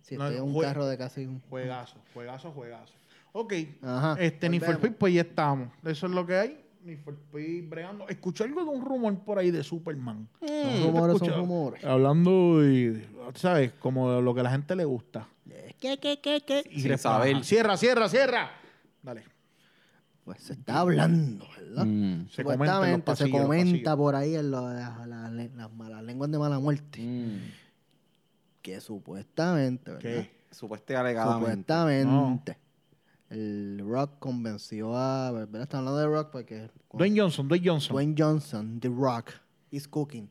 Speaker 3: si
Speaker 1: No,
Speaker 3: estoy en un
Speaker 1: jue-
Speaker 3: carro de casi un.
Speaker 1: Juegazo, juegazo, juegazo. Ok,
Speaker 3: Ajá.
Speaker 1: este, ni for
Speaker 3: volvemos.
Speaker 1: Speed, pues ya estamos. Eso es lo que hay. Ni for Speed bregando. Escuché algo de un rumor por ahí de Superman.
Speaker 3: Son
Speaker 1: ¿Tú Mm, te
Speaker 3: rumores, son
Speaker 1: escuchas?
Speaker 3: rumores.
Speaker 1: Hablando de, ¿sabes? Como de lo que a la gente le gusta.
Speaker 3: ¿Qué, qué, qué, qué?
Speaker 1: Y
Speaker 2: Sin
Speaker 1: responde,
Speaker 2: saber.
Speaker 1: ajá. Cierra, cierra, cierra. Dale.
Speaker 3: Pues se está hablando, ¿verdad?
Speaker 2: Mm.
Speaker 1: Se comenta en los
Speaker 3: Supuestamente se
Speaker 1: pasillos, los
Speaker 3: comenta
Speaker 1: pasillos.
Speaker 3: por ahí en lo- las, las- las malas lenguas de mala muerte.
Speaker 2: Mm.
Speaker 3: Que supuestamente, ¿verdad?
Speaker 1: ¿Qué?
Speaker 2: Supuestamente y alegadamente.
Speaker 3: Supuestamente. El Rock convenció a. ¿Verdad? Están hablando de Rock porque.
Speaker 1: Dwayne Johnson, Dwayne Johnson.
Speaker 3: Dwayne Johnson, The Rock, is cooking.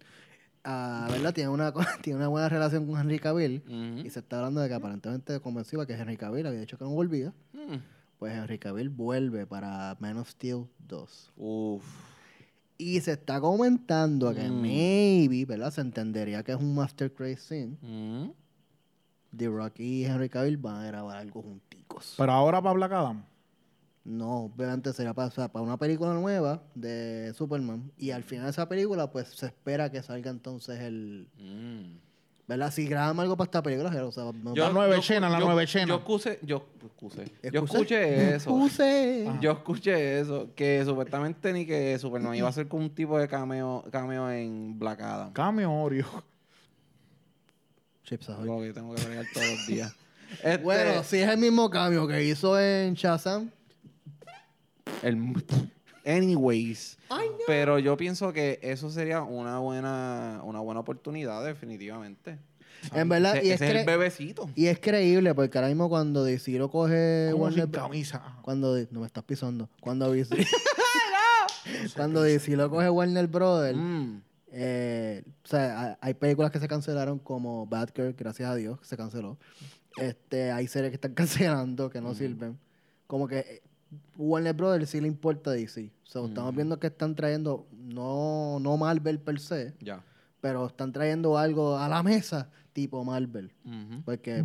Speaker 3: Ah, ¿Verdad? Tiene una, co- tiene una buena relación con Henry Cavill.
Speaker 2: Ujú.
Speaker 3: Y se está hablando de que aparentemente convenció a que Henry Cavill había dicho que no volvía.
Speaker 2: Mm.
Speaker 3: Pues Henry Cavill vuelve para Man of Steel 2.
Speaker 2: Uf.
Speaker 3: Y se está comentando que
Speaker 2: Mm.
Speaker 3: maybe, ¿verdad? Se entendería que es un Master Crazy Scene.
Speaker 2: Mm.
Speaker 3: The Rock y Henry Cavill van a grabar algo junticos.
Speaker 1: Pero ahora para Black Adam.
Speaker 3: No, obviamente será para, para una película nueva de Superman. Y al final de esa película, pues se espera que salga entonces el.
Speaker 2: Mm.
Speaker 3: ¿Verdad? Si graban algo para esta película, o sea, no-
Speaker 1: Yo- La nueva escena, la
Speaker 2: yo-
Speaker 1: nueva escena.
Speaker 2: Yo escuché, yo excuse. Yo
Speaker 3: Excuse.
Speaker 2: escuché eso.
Speaker 3: Excuse.
Speaker 1: Ajá.
Speaker 2: Yo escuché eso, que supuestamente ni que Superman iba a hacer como un tipo de cameo, cameo en Black Adam.
Speaker 1: Cameo Oreo.
Speaker 3: Chips Ahoy.
Speaker 2: Lo que tengo que bregar todos los días. Este,
Speaker 3: Bueno, si es el mismo cambio que hizo en Shazam.
Speaker 2: el- anyways.
Speaker 3: Ay, no.
Speaker 2: Pero yo pienso que eso sería una buena, una buena oportunidad, definitivamente.
Speaker 3: En verdad,
Speaker 2: Ah, Ese,
Speaker 3: y es,
Speaker 2: ese es el
Speaker 3: cre-
Speaker 2: bebecito.
Speaker 3: y es creíble porque ahora mismo cuando DC lo coge
Speaker 1: Como
Speaker 3: Eh, Warner
Speaker 1: sin
Speaker 3: Bros.
Speaker 1: camisa. Ajá.
Speaker 3: Cuando di- no me estás pisando. Cuando DC, cuando DC lo coge Warner Brothers,
Speaker 2: Mm.
Speaker 3: eh, o sea, ha- hay películas que se cancelaron como Bad Girl, gracias a Dios, que se canceló. Este, hay series que están cancelando que no sirven. Como que eh, Warner Brothers sí le importa a DC. So, Estamos
Speaker 2: Mm.
Speaker 3: viendo que están trayendo, no, no Marvel per se,
Speaker 2: Ya.
Speaker 3: pero están trayendo algo a la mesa tipo Marvel.
Speaker 2: Ujú.
Speaker 3: Porque,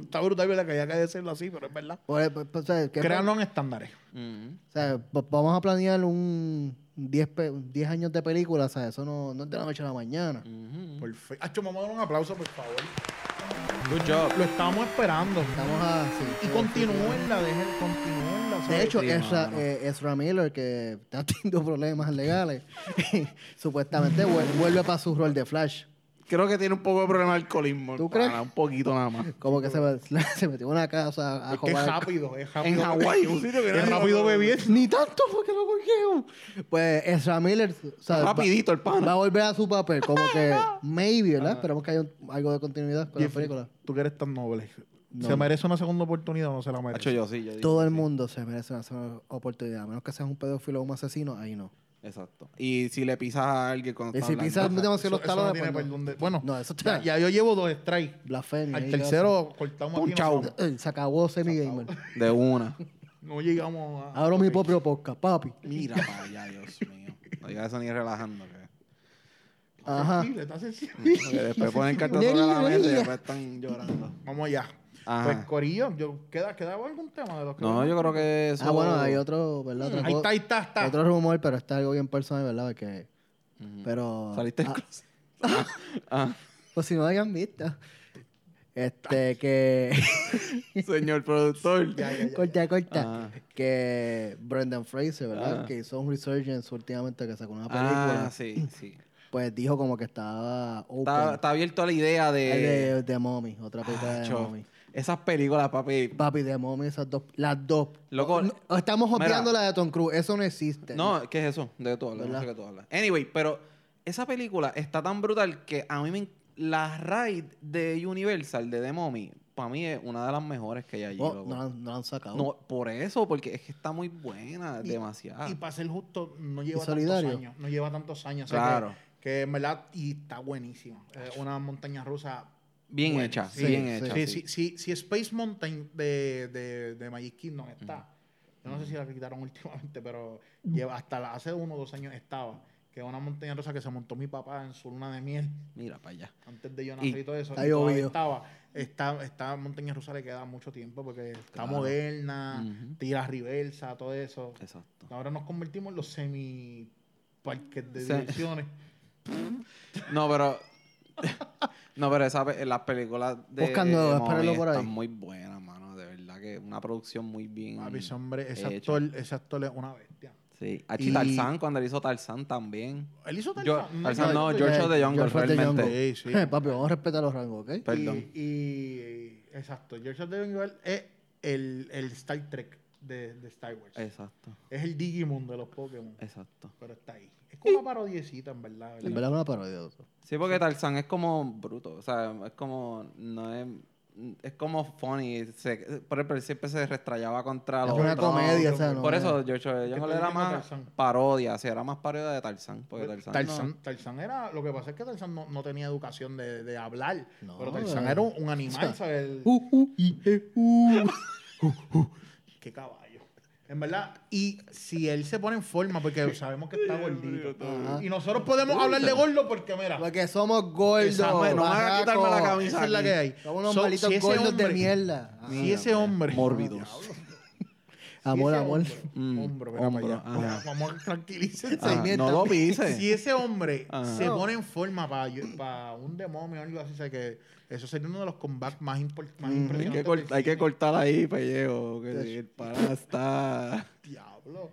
Speaker 1: Está brutal, ¿verdad? Que haya que decirlo así, pero es verdad.
Speaker 3: por- por- por- o sea, que-
Speaker 1: Créanlo en estándares.
Speaker 2: Ujú.
Speaker 3: O sea, va- vamos a planear un 10 pe- 10 años de película, o sea, eso no, no es de la noche a la mañana.
Speaker 2: Ujú.
Speaker 1: Perfecto. Hacho, vamos a dar un aplauso, por favor.
Speaker 2: Good job.
Speaker 1: Lo estábamos esperando.
Speaker 3: Estamos a... sí,
Speaker 1: Y
Speaker 3: sí,
Speaker 1: continúenla, dejen, continúenla.
Speaker 3: sí.
Speaker 1: ¿sabes?
Speaker 3: De hecho,
Speaker 2: Sí,
Speaker 3: Ezra,
Speaker 2: mano.
Speaker 3: eh, Ezra Miller, que está teniendo problemas legales, supuestamente vuel- vuelve para su rol de Flash.
Speaker 2: Creo que tiene un poco de problema de alcoholismo. el
Speaker 3: ¿Tú
Speaker 2: pana,
Speaker 3: crees?
Speaker 2: Un poquito nada más.
Speaker 3: Como que se, se metió en una casa a
Speaker 1: es que es
Speaker 3: robar
Speaker 1: rápido, es rápido.
Speaker 2: En Hawái, un sitio que
Speaker 1: Es
Speaker 2: nadie-
Speaker 1: rápido bebiendo.
Speaker 3: Ni tanto porque lo cogieron. Pues Ezra Miller. o sea, va-
Speaker 2: Rapidito el
Speaker 3: Va,
Speaker 2: pana.
Speaker 3: a volver a su papel. Como que. Maybe, ¿verdad? Esperemos que haya un- algo de continuidad con
Speaker 1: Jeffrey,
Speaker 3: la película.
Speaker 1: Tú que eres tan noble.
Speaker 3: No.
Speaker 1: ¿Se merece una segunda oportunidad o no se la merece?
Speaker 2: Hacho, yo sí, yo digo
Speaker 3: Todo el
Speaker 2: sí.
Speaker 3: mundo se merece una segunda oportunidad. A menos que seas un pedófilo o un asesino, ahí no.
Speaker 2: Exacto. Y si le pisas a alguien cuando
Speaker 3: Y
Speaker 2: está
Speaker 3: si
Speaker 2: hablando.
Speaker 3: pisas
Speaker 1: Eso,
Speaker 3: demasiado los
Speaker 1: eso no
Speaker 3: talones,
Speaker 1: tiene
Speaker 3: pues, no.
Speaker 1: perdón de- Bueno,
Speaker 3: No, eso está
Speaker 1: ya, ya yo llevo dos strikes.
Speaker 3: blasfemia.
Speaker 1: Al
Speaker 3: ahí, cabrón.
Speaker 1: tercero cortamos aquí.
Speaker 2: Punchao.
Speaker 1: nosotros.
Speaker 3: Eh, Se acabó Semi Gamer.
Speaker 2: De una.
Speaker 1: No llegamos a.
Speaker 3: Abro mi
Speaker 1: Ok.
Speaker 3: propio podcast, papi.
Speaker 2: Mira para allá, Dios mío. No digas eso ni relajando. Que,
Speaker 3: Ajá.
Speaker 1: Sensible, está sensible.
Speaker 2: que después ponen cartas sobre la mesa y después están llorando.
Speaker 1: Vamos allá.
Speaker 2: Ajá.
Speaker 1: Pues Corillo, yo, ¿queda, ¿quedaba algún tema de los que
Speaker 2: No, yo creo que eso. Mm,
Speaker 3: Ah, bueno, hay otro, ¿verdad? Otro
Speaker 1: Ahí
Speaker 3: co-
Speaker 1: está, ahí está, está.
Speaker 3: Otro rumor, pero está algo bien personal, ¿verdad? Porque,
Speaker 2: Ujú.
Speaker 3: pero...
Speaker 2: Mm. Saliste en
Speaker 3: Ah,
Speaker 2: closet. Ah, ah.
Speaker 3: Pues si no hayan visto. Este, que...
Speaker 2: Señor productor.
Speaker 1: Ya, ya, ya.
Speaker 3: corta, corta.
Speaker 2: Ah.
Speaker 3: Que Brendan Fraser, ¿verdad?
Speaker 2: Ah.
Speaker 3: Que hizo un resurgence últimamente, que sacó una película.
Speaker 2: Ah, sí, sí.
Speaker 3: Pues dijo como que estaba open.
Speaker 2: Está, está abierto a la idea
Speaker 3: Ay,
Speaker 2: de.
Speaker 3: de, de Mommy, otra película de
Speaker 2: Acho,
Speaker 3: Mommy.
Speaker 2: esas películas, papi.
Speaker 3: Papi, de Mommy, esas dos. Las dos.
Speaker 2: Loco,
Speaker 3: No, estamos
Speaker 2: mira.
Speaker 3: obviando la de Tom Cruise. Eso no existe. Oh,
Speaker 2: No, ¿qué es eso? De todo hablas, no sé
Speaker 3: Este, ¿Verdad?
Speaker 2: qué tú hablas. Anyway, pero esa película está tan brutal que a mí me... en- La raid de Universal, de The Mommy, para mí es una de las mejores que hay allí.
Speaker 3: Oh,
Speaker 2: loco.
Speaker 3: no, la han- no la han sacado.
Speaker 2: No, por eso, porque es que está muy buena,
Speaker 1: Y-
Speaker 2: demasiado.
Speaker 1: Y para ser justo, no lleva
Speaker 3: solidario.
Speaker 1: tantos años. No lleva tantos años. o sea
Speaker 2: claro.
Speaker 1: que, que en verdad, y está buenísima. Eh, una montaña rusa.
Speaker 2: Bien
Speaker 1: buena.
Speaker 2: hecha,
Speaker 1: Sí,
Speaker 2: bien
Speaker 3: sí,
Speaker 2: hecha.
Speaker 1: Sí,
Speaker 2: sí.
Speaker 1: sí, sí, sí, Space Mountain de, de, de Magic Kingdom está. Yo no sé si la quitaron últimamente, pero lleva hasta la- hace uno o dos años estaba. Que es una montaña rusa que se montó mi papá en su luna de miel.
Speaker 2: Mira para allá.
Speaker 1: antes de yo
Speaker 2: Y-
Speaker 1: nacer y todo eso.
Speaker 3: Está
Speaker 1: y todavía
Speaker 3: llovido.
Speaker 1: estaba. Esta, esta montaña rusa le queda mucho tiempo porque está
Speaker 2: Claro.
Speaker 1: moderna,
Speaker 2: Ujú.
Speaker 1: tira reversa, todo eso.
Speaker 2: Exacto.
Speaker 1: Ahora nos convertimos en los semi parques de
Speaker 2: Se-
Speaker 1: diversiones.
Speaker 2: No, pero... no, pero esa, pe- las películas de,
Speaker 3: Busca
Speaker 2: de
Speaker 3: nuevo,
Speaker 2: Mommy
Speaker 3: espéralo por ahí.
Speaker 2: están muy buenas, mano. De verdad que una producción muy bien...
Speaker 1: Papi, ese hombre, ese
Speaker 2: hecha.
Speaker 1: actor, ese actor es una bestia.
Speaker 2: Sí,
Speaker 1: Y-
Speaker 2: y... Tarzán, cuando él hizo Tarzán también.
Speaker 1: Él hizo tal eh,
Speaker 2: Yo- Tarzán no, George of the Jungle, realmente.
Speaker 1: Sí, sí.
Speaker 3: Eh, papi, vamos a respetar los rangos, ¿ok?
Speaker 2: Perdón.
Speaker 1: Y, y- exacto, George of the Jungle es el, el Star Trek de, de Star Wars.
Speaker 2: Exacto,
Speaker 1: Es el Digimon de los Pokémon.
Speaker 2: exacto.
Speaker 1: Pero está ahí. Es como una parodiecita, en verdad.
Speaker 3: En verdad es una parodia. de eso.
Speaker 2: Sí, porque Tarzán es como bruto, o sea, es como, no es, es como funny. Se, por ejemplo, él siempre se restrayaba contra
Speaker 3: Es
Speaker 2: los
Speaker 3: una
Speaker 2: otros.
Speaker 3: comedia, o sea,
Speaker 1: no,
Speaker 2: Por
Speaker 3: no-
Speaker 2: eso, George yo
Speaker 1: estás
Speaker 2: era
Speaker 1: diciendo
Speaker 2: más
Speaker 1: Tarzán? Pues,
Speaker 2: parodia, sí, era más parodia de Tarzán, porque Tarzán,
Speaker 1: Tarzán,
Speaker 2: no-
Speaker 1: Tarzán era, lo que pasa es que Tarzán no, no tenía educación de, de hablar,
Speaker 3: No,
Speaker 1: pero Tarzán
Speaker 3: eh.
Speaker 1: era un, un animal,
Speaker 3: O sea,
Speaker 1: ¿sabes? El-
Speaker 3: Uh, uh, y, eh, uh.
Speaker 1: Qué caballo. En verdad, y si él se pone en forma, porque sabemos que está gordito.
Speaker 3: Ajá.
Speaker 1: Y nosotros podemos hablar de gordo porque, mira,
Speaker 3: Porque somos gordos.
Speaker 1: Exacto,
Speaker 2: no me hagas quitarme la
Speaker 3: barracos.
Speaker 2: camisa
Speaker 1: esa es la
Speaker 2: aquí.
Speaker 1: que hay.
Speaker 3: Somos unos
Speaker 1: So,
Speaker 3: malitos
Speaker 1: si ese
Speaker 3: gordos de
Speaker 1: hombre-
Speaker 3: mierda. Ah,
Speaker 1: Si ese hombre.
Speaker 2: Mórbidos.
Speaker 1: Diablo. Si
Speaker 3: Amor,
Speaker 1: ese
Speaker 3: amor.
Speaker 1: hombro-
Speaker 2: Mm,
Speaker 1: Hombro, mira para
Speaker 2: hombro,
Speaker 1: allá.
Speaker 2: ajá.
Speaker 1: Vamos a tranquilícense.
Speaker 2: Ajá,
Speaker 3: Tarzán,
Speaker 2: no lo pise.
Speaker 1: Si ese hombre
Speaker 2: Ajá.
Speaker 1: se pone en forma para un demonio o algo así, o sea que eso sería uno de los comebacks más, impor- más
Speaker 3: Ujú.
Speaker 2: hay, que
Speaker 1: impresionantes.
Speaker 2: cort-
Speaker 1: del
Speaker 2: hay que
Speaker 1: cine.
Speaker 2: cortar ahí, pellejo, que
Speaker 3: Tacho.
Speaker 2: el pana está...
Speaker 1: Diablo.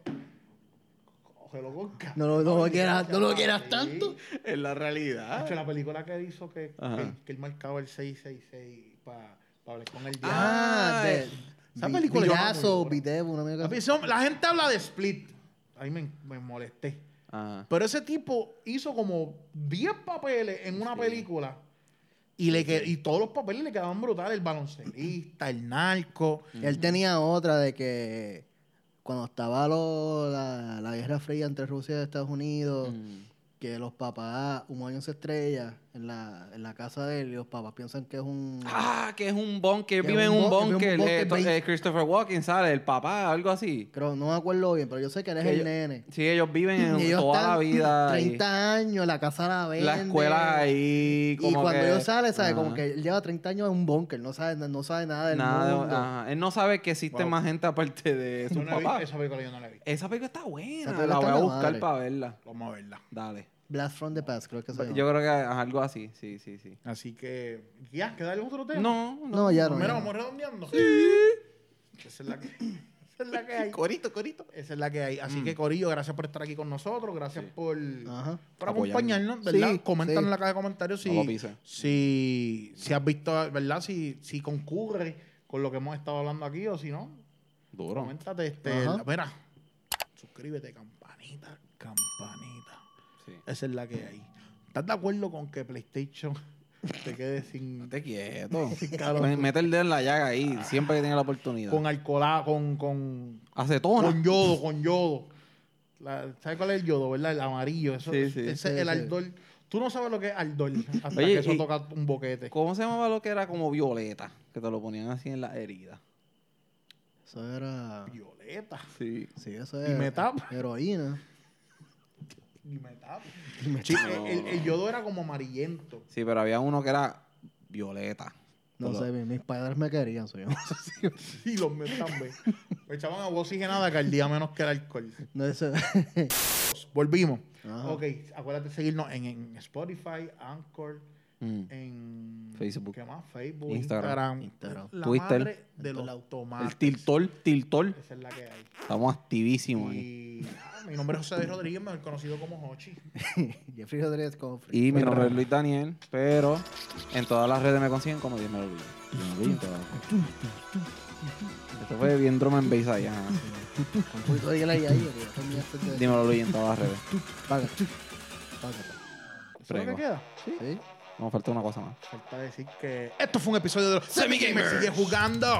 Speaker 1: Cógelo con calma.
Speaker 3: Ah, No lo- no lo quieras- no lo
Speaker 1: chaval.
Speaker 3: quieras
Speaker 1: Sí.
Speaker 3: tanto. Ah.
Speaker 2: en la
Speaker 1: De
Speaker 2: realidad.
Speaker 1: hecho, la película que hizo que,
Speaker 2: Ajá.
Speaker 1: que, que él marcaba el 666 para hablar con el diablo.
Speaker 3: Ah,
Speaker 2: Ah,
Speaker 3: de.
Speaker 1: esa
Speaker 3: Vi-
Speaker 1: película yo la amo,
Speaker 3: Vidazo,
Speaker 1: yo.
Speaker 3: Videvo, una mierda.
Speaker 1: Papi,
Speaker 3: así.
Speaker 1: eso- la gente habla de Split. Ahí me, me molesté.
Speaker 2: Ajá.
Speaker 1: Pero ese tipo hizo como 10 papeles en una
Speaker 2: Sí.
Speaker 1: película y, le que- y todos los papeles le quedaban brutales. El baloncelista, el narco.
Speaker 3: Él tenía otra de que cuando estaba lo- la, la guerra fría entre Rusia y Estados Unidos,
Speaker 2: Mm.
Speaker 3: que los papás, un año se estrella en la, en la casa de él y los papás piensan que es un...
Speaker 2: Ah, que es un bunker.
Speaker 3: Que
Speaker 2: Vive
Speaker 3: es
Speaker 2: en
Speaker 3: un
Speaker 2: un
Speaker 3: bun- vive
Speaker 2: bunker.
Speaker 3: en un
Speaker 2: eh,
Speaker 3: bunker
Speaker 2: to-
Speaker 3: veinte-
Speaker 2: eh, Christopher Walken sale, el papá, algo así.
Speaker 3: Creo, no me acuerdo bien, pero yo sé que él es
Speaker 2: Que
Speaker 3: el
Speaker 2: yo-
Speaker 3: nene.
Speaker 2: Sí, ellos viven en
Speaker 3: Y ellos
Speaker 2: toda
Speaker 3: están
Speaker 2: la vida. ahí.
Speaker 3: 30 años, la casa la vende.
Speaker 2: la escuela ahí.
Speaker 3: Y
Speaker 2: Como
Speaker 3: cuando
Speaker 2: que-
Speaker 3: ellos salen, ¿sabes? Como
Speaker 2: Ajá.
Speaker 3: que él lleva 30 años en un búnker, no sabe, no sabe nada del
Speaker 2: Nada de-
Speaker 3: mundo.
Speaker 2: ajá. Él no sabe que existe
Speaker 1: Wow.
Speaker 2: más gente aparte de
Speaker 1: Yo
Speaker 2: su
Speaker 1: no he visto-
Speaker 2: papá.
Speaker 1: esa película yo no la he visto.
Speaker 2: Esa película está buena.
Speaker 3: Esa película
Speaker 2: la
Speaker 3: está
Speaker 2: voy a
Speaker 3: la
Speaker 2: buscar
Speaker 3: madre.
Speaker 2: para verla.
Speaker 1: Vamos a verla.
Speaker 2: Dale.
Speaker 3: Blast from the Past, creo que se llama.
Speaker 2: Yo creo que es algo así. Sí, sí, sí.
Speaker 1: Así que, ya, ¿queda algún otro tema?
Speaker 2: No,
Speaker 3: No, ya no.
Speaker 1: Mira,
Speaker 3: ya no.
Speaker 1: vamos redondeando. Esa es la que, esa es la que hay.
Speaker 2: Corito, corito.
Speaker 1: Esa es la que hay. Así
Speaker 2: Mm.
Speaker 1: que, Corillo, gracias por estar aquí con nosotros. Gracias
Speaker 2: Sí.
Speaker 1: por,
Speaker 3: Ajá.
Speaker 1: por
Speaker 2: Apoyarnos.
Speaker 1: acompañarnos, ¿verdad?
Speaker 3: Sí,
Speaker 1: Coméntanos
Speaker 3: sí.
Speaker 1: en la caja de comentarios
Speaker 2: No lo
Speaker 1: si,
Speaker 2: pises.
Speaker 1: si, si has visto, ¿verdad? Si, si concurre con lo que hemos estado hablando aquí o si no.
Speaker 2: Duro.
Speaker 1: Coméntate. Este,
Speaker 3: Ajá.
Speaker 1: la- mira, suscríbete, campanita, campanita.
Speaker 2: Sí.
Speaker 1: Esa es la que hay. ¿Estás de acuerdo con que PlayStation te quede sin...
Speaker 2: Estate quieto.
Speaker 1: Claro.
Speaker 2: Me- Mete el dedo en la llaga ahí. Siempre que tiene la oportunidad.
Speaker 1: con alcoholá, con, con,
Speaker 2: Acetona.
Speaker 1: con yodo, con yodo. La- ¿Sabes cuál es el yodo, verdad? El amarillo. Eso,
Speaker 2: Sí, sí.
Speaker 1: ese es
Speaker 3: Sí,
Speaker 1: el
Speaker 3: sí.
Speaker 1: ardor. Tú no sabes lo que es ardor hasta
Speaker 2: Oye,
Speaker 1: que eso
Speaker 2: y-
Speaker 1: toca un boquete.
Speaker 2: ¿Cómo se llamaba lo que era como violeta? Que te lo ponían así en la herida.
Speaker 3: Eso era.
Speaker 1: Violeta.
Speaker 2: Sí.
Speaker 3: Sí, eso
Speaker 1: Y
Speaker 3: era.
Speaker 1: me tapa.
Speaker 3: Heroína.
Speaker 1: Ni me tapo.
Speaker 3: Y me
Speaker 1: Sí,
Speaker 3: tapa.
Speaker 1: el, el- el yodo era como amarillento.
Speaker 2: Sí, pero había uno que era violeta.
Speaker 3: No sé, mi- mis padres me querían, soy yo.
Speaker 1: Y los metambe. Me echaban agua oxigenada que ardía menos que el alcohol.
Speaker 3: No sé.
Speaker 1: Volvimos.
Speaker 3: Ajá.
Speaker 1: Ok, acuérdate de seguirnos en, en Spotify, Anchor,
Speaker 2: Mm.
Speaker 1: en
Speaker 2: Facebook.
Speaker 1: ¿Qué más? Facebook, Instagram.
Speaker 2: Instagram.
Speaker 3: Instagram.
Speaker 1: La
Speaker 2: Twitter.
Speaker 1: madre de
Speaker 3: En
Speaker 1: los
Speaker 3: todos
Speaker 1: automates.
Speaker 2: El tiltol, tiltol.
Speaker 1: Esa es la que hay.
Speaker 2: Estamos activísimos ahí.
Speaker 1: Y ah, mi nombre es José Luis Rodríguez, mejor conocido como Hochi.
Speaker 3: Jeffrey Rodríguez Cofre.
Speaker 2: Y mi nombre es Luis Daniel, pero en todas las redes me consiguen como Dios me lo olvide. Dios me lo olvide en todas las redes. Esto fue bien drum and bass ahí, ajá.
Speaker 3: Un poquito de hielo ahí, ahí, porque yo también estoy de-
Speaker 2: Dímelo Luis en todas las redes.
Speaker 3: Paga. Paga.
Speaker 1: ¿Eso es lo
Speaker 2: Prego.
Speaker 1: que queda?
Speaker 3: Sí.
Speaker 2: Nos falta una cosa más.
Speaker 1: Falta decir que esto fue un episodio de los Semi Gamers. Sigue jugando.